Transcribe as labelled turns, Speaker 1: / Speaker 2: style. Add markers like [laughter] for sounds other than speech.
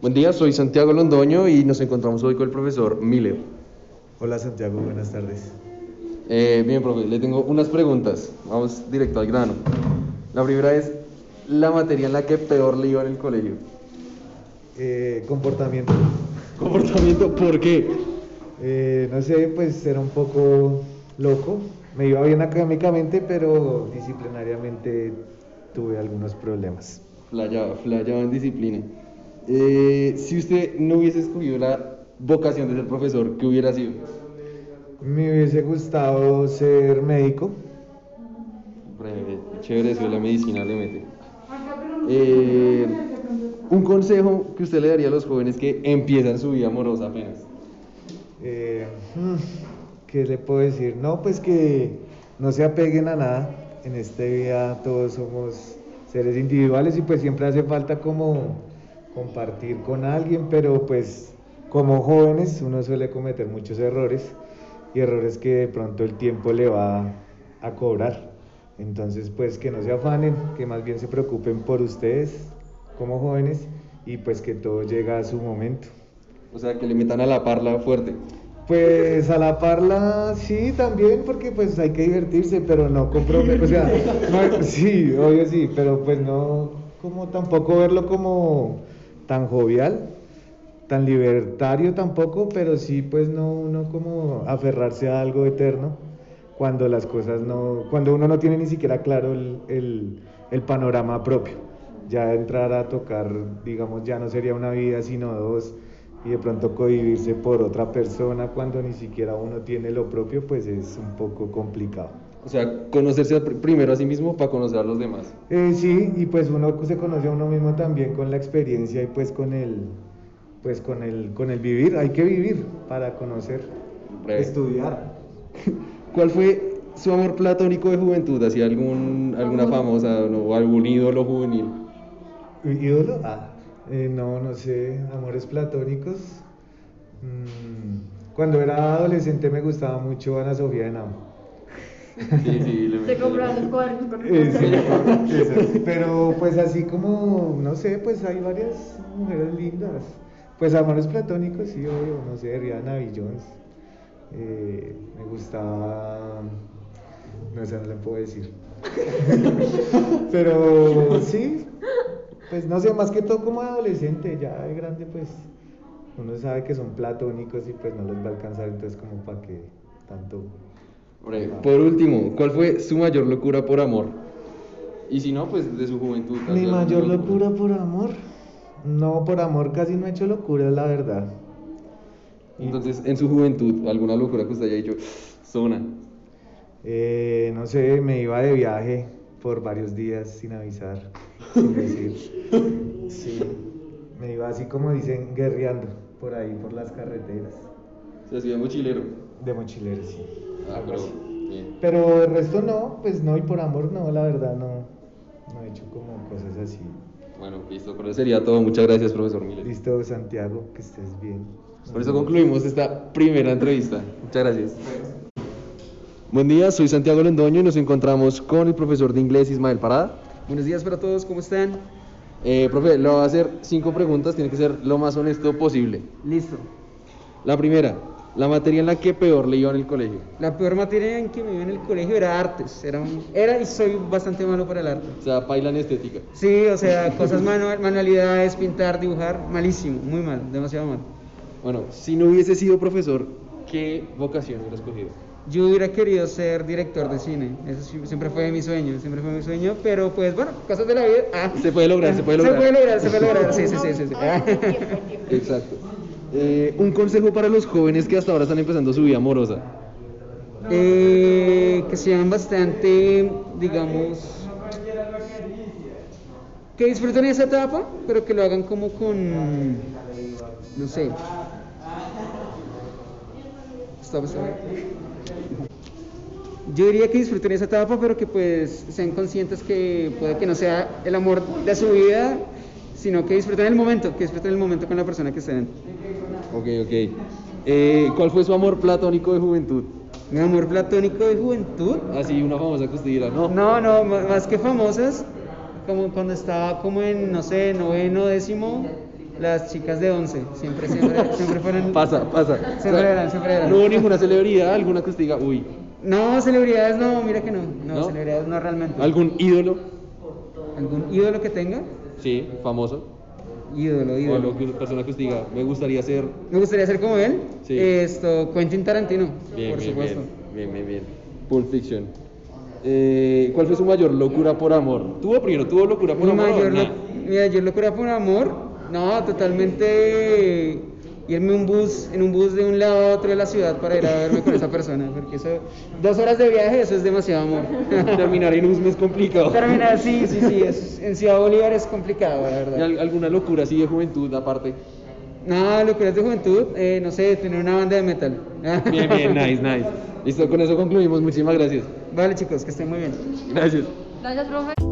Speaker 1: Buen día, soy Santiago Londoño y nos encontramos hoy con el profesor Mile.
Speaker 2: Hola Santiago, buenas tardes.
Speaker 1: Eh, bien, profe, le tengo unas preguntas. Vamos directo al grano. La primera es la materia en la que peor le iba en el colegio.
Speaker 2: Eh, comportamiento.
Speaker 1: Comportamiento, ¿por qué?
Speaker 2: Eh, no sé, pues era un poco loco. Me iba bien académicamente, pero disciplinariamente tuve algunos problemas.
Speaker 1: Flayaba, flayaba en disciplina. Eh, si usted no hubiese escogido la vocación de ser profesor, ¿qué hubiera sido?
Speaker 2: Me hubiese gustado ser médico.
Speaker 1: Breve, Chévere, eso de la medicina le mete. Eh, un consejo que usted le daría a los jóvenes que empiezan su vida amorosa apenas.
Speaker 2: Eh, hmm, ¿Qué le puedo decir? No, pues que no se apeguen a nada. En esta vida todos somos seres individuales y pues siempre hace falta como compartir con alguien, pero pues como jóvenes uno suele cometer muchos errores y errores que de pronto el tiempo le va a cobrar. Entonces pues que no se afanen, que más bien se preocupen por ustedes como jóvenes y pues que todo llega a su momento.
Speaker 1: O sea, que le metan a la parla fuerte.
Speaker 2: Pues a la parla sí también, porque pues hay que divertirse, pero no comprometer, o sea, no- sí, obvio sí, pero pues no como tampoco verlo como tan jovial, tan libertario tampoco, pero sí pues no uno como aferrarse a algo eterno cuando las cosas no, cuando uno no tiene ni siquiera claro el, el- el panorama propio. Ya entrar a tocar, digamos, ya no sería una vida sino dos, y de pronto cohibirse por otra persona cuando ni siquiera uno tiene lo propio, pues es un poco complicado.
Speaker 1: O sea, conocerse pr- primero a sí mismo para conocer a los demás.
Speaker 2: Eh, sí, y pues uno se conoce a uno mismo también con la experiencia y pues con el, pues con el, con el vivir, hay que vivir para conocer,
Speaker 1: Breve.
Speaker 2: estudiar.
Speaker 1: ¿Cuál fue su amor platónico de juventud? ¿Hacía algún, alguna famosa o no, o algún ídolo juvenil?
Speaker 2: ¿Y- ¿Ídolo? Ah, eh, no, no sé, amores platónicos. Mm, cuando era adolescente me gustaba mucho Ana Sofía de Nava.
Speaker 1: Sí, sí, le
Speaker 3: Se compraron los cuadernos con
Speaker 2: Eh, sí,
Speaker 3: responsabilidad.
Speaker 2: esas. Pero pues así como, no sé, pues hay varias mujeres lindas. Pues amores platónicos, sí, obvio, no sé, Rihanna y Jones. Eh, me gustaba... No sé, no le puedo decir. [laughs] Pero sí, pues no sé, más que todo como adolescente, ya de grande pues uno sabe que son platónicos y pues no los va a alcanzar, entonces como para que tanto...
Speaker 1: Breve. Por último, ¿cuál fue su mayor locura por amor? Y si no, pues de su juventud.
Speaker 2: Mi
Speaker 1: hacia
Speaker 2: mayor
Speaker 1: alguna
Speaker 2: locura por amor. No, por amor casi no he hecho locuras, la verdad.
Speaker 1: Entonces, en su juventud, alguna locura que usted haya dicho, zona.
Speaker 2: Eh, no sé, me iba de viaje por varios días sin avisar, sin decir. Sí, me iba así como dicen, guerreando por ahí, por las carreteras.
Speaker 1: Se hacía mochilero.
Speaker 2: De mochilero, sí.
Speaker 1: Ah,
Speaker 2: algo
Speaker 1: pero,
Speaker 2: así.
Speaker 1: bien.
Speaker 2: Pero el resto no, pues no, y por amor no, la verdad no. No he hecho como cosas así.
Speaker 1: Bueno, listo. Pero sería todo. Muchas gracias, profesor Miles.
Speaker 2: Listo, Santiago, que estés bien.
Speaker 1: Pues Por eso concluimos esta primera entrevista. Muchas gracias. Buen día, soy Santiago Londoño y nos encontramos con el profesor de inglés Ismael Parada.
Speaker 4: Buenos días para todos, ¿cómo están?
Speaker 1: Eh, profe, le voy a hacer cinco preguntas, tiene que ser lo más honesto posible.
Speaker 4: Listo.
Speaker 1: La primera, la materia en la que peor le iba en el colegio.
Speaker 4: La peor materia en que me iba en el colegio era artes. Era, un- era y soy bastante malo para el arte.
Speaker 1: O sea, paila en estética.
Speaker 4: Sí, o sea, cosas manual, manualidades, pintar, dibujar, malísimo, muy mal, demasiado mal.
Speaker 1: Bueno, si no hubiese sido profesor, ¿qué vocación hubiera escogido?
Speaker 4: Yo hubiera querido ser director de cine, eso sí- siempre fue mi sueño, siempre fue mi sueño, pero pues bueno, cosas de la vida. Ah,
Speaker 1: Se puede lograr, se puede lograr.
Speaker 4: Se puede lograr, se puede lograr, sí, sí, sí, sí. sí.
Speaker 3: Ahora sí, tiempo, tiempo.
Speaker 1: Exacto. Eh, un consejo para los jóvenes que hasta ahora están empezando su vida amorosa.
Speaker 4: Eh, que sean bastante, digamos, que disfruten esa etapa, pero que lo hagan como con, no sé. Está bastante- Yo diría que disfruten esa etapa, pero que pues sean conscientes que puede que no sea el amor de su vida, sino que disfruten el momento, que disfruten el momento con la persona que estén.
Speaker 1: Ok, ok. Eh, ¿Cuál fue su amor platónico de juventud?
Speaker 4: Mi amor platónico de juventud.
Speaker 1: Así, una famosa que usted dirá, no.
Speaker 4: No, no, ma- más que famosas, como cuando estaba como en, no sé, noveno, décimo, Las chicas de 11,
Speaker 1: [laughs]
Speaker 4: siempre, siempre, siempre fueron...
Speaker 1: Pasa, pasa.
Speaker 4: Siempre eran, siempre eran.
Speaker 1: No hubo ninguna celebridad, alguna que usted diga, uy,
Speaker 4: No, celebridades no, mira que no. No,
Speaker 1: ¿No?
Speaker 4: celebridades no realmente.
Speaker 1: algún ídolo,
Speaker 4: ¿Algún ídolo que tenga?
Speaker 1: sí, famoso.
Speaker 4: Ídolo,
Speaker 1: O
Speaker 4: ídolo.
Speaker 1: alguna persona que usted diga, me gustaría ser.
Speaker 4: Me gustaría ser como él.
Speaker 1: Sí.
Speaker 4: Esto, Quentin Tarantino,
Speaker 1: Bien,
Speaker 4: por
Speaker 1: bien,
Speaker 4: supuesto.
Speaker 1: bien, bien, bien, bien. Pulp Fiction. Eh, ¿Cuál fue su mayor locura por amor? ¿Tuvo primero, tuvo locura por
Speaker 4: Mi
Speaker 1: amor? o
Speaker 4: mayor,
Speaker 1: nada?
Speaker 4: lo- mi mayor locura por amor, no, totalmente irme un bus, en un bus de un lado a otro de la ciudad para ir a verme con esa persona, porque eso, dos horas de viaje, eso es
Speaker 1: [laughs]
Speaker 4: demasiado amor.
Speaker 1: Terminar en un mes
Speaker 4: [laughs]
Speaker 1: complicado.
Speaker 4: Terminar, sí, sí, sí, es- en Ciudad Bolívar es complicado, la
Speaker 1: ¿Y
Speaker 4: verdad.
Speaker 1: al- ¿Alguna locura así de juventud aparte?
Speaker 4: No, locuras de juventud, eh, no sé, tener una banda de metal.
Speaker 1: Bien, bien,
Speaker 4: [laughs]
Speaker 1: nice, nice. Listo, con eso concluimos. Muchísimas gracias.
Speaker 4: Vale chicos, que estén muy bien.
Speaker 1: Gracias.
Speaker 3: Gracias, profe.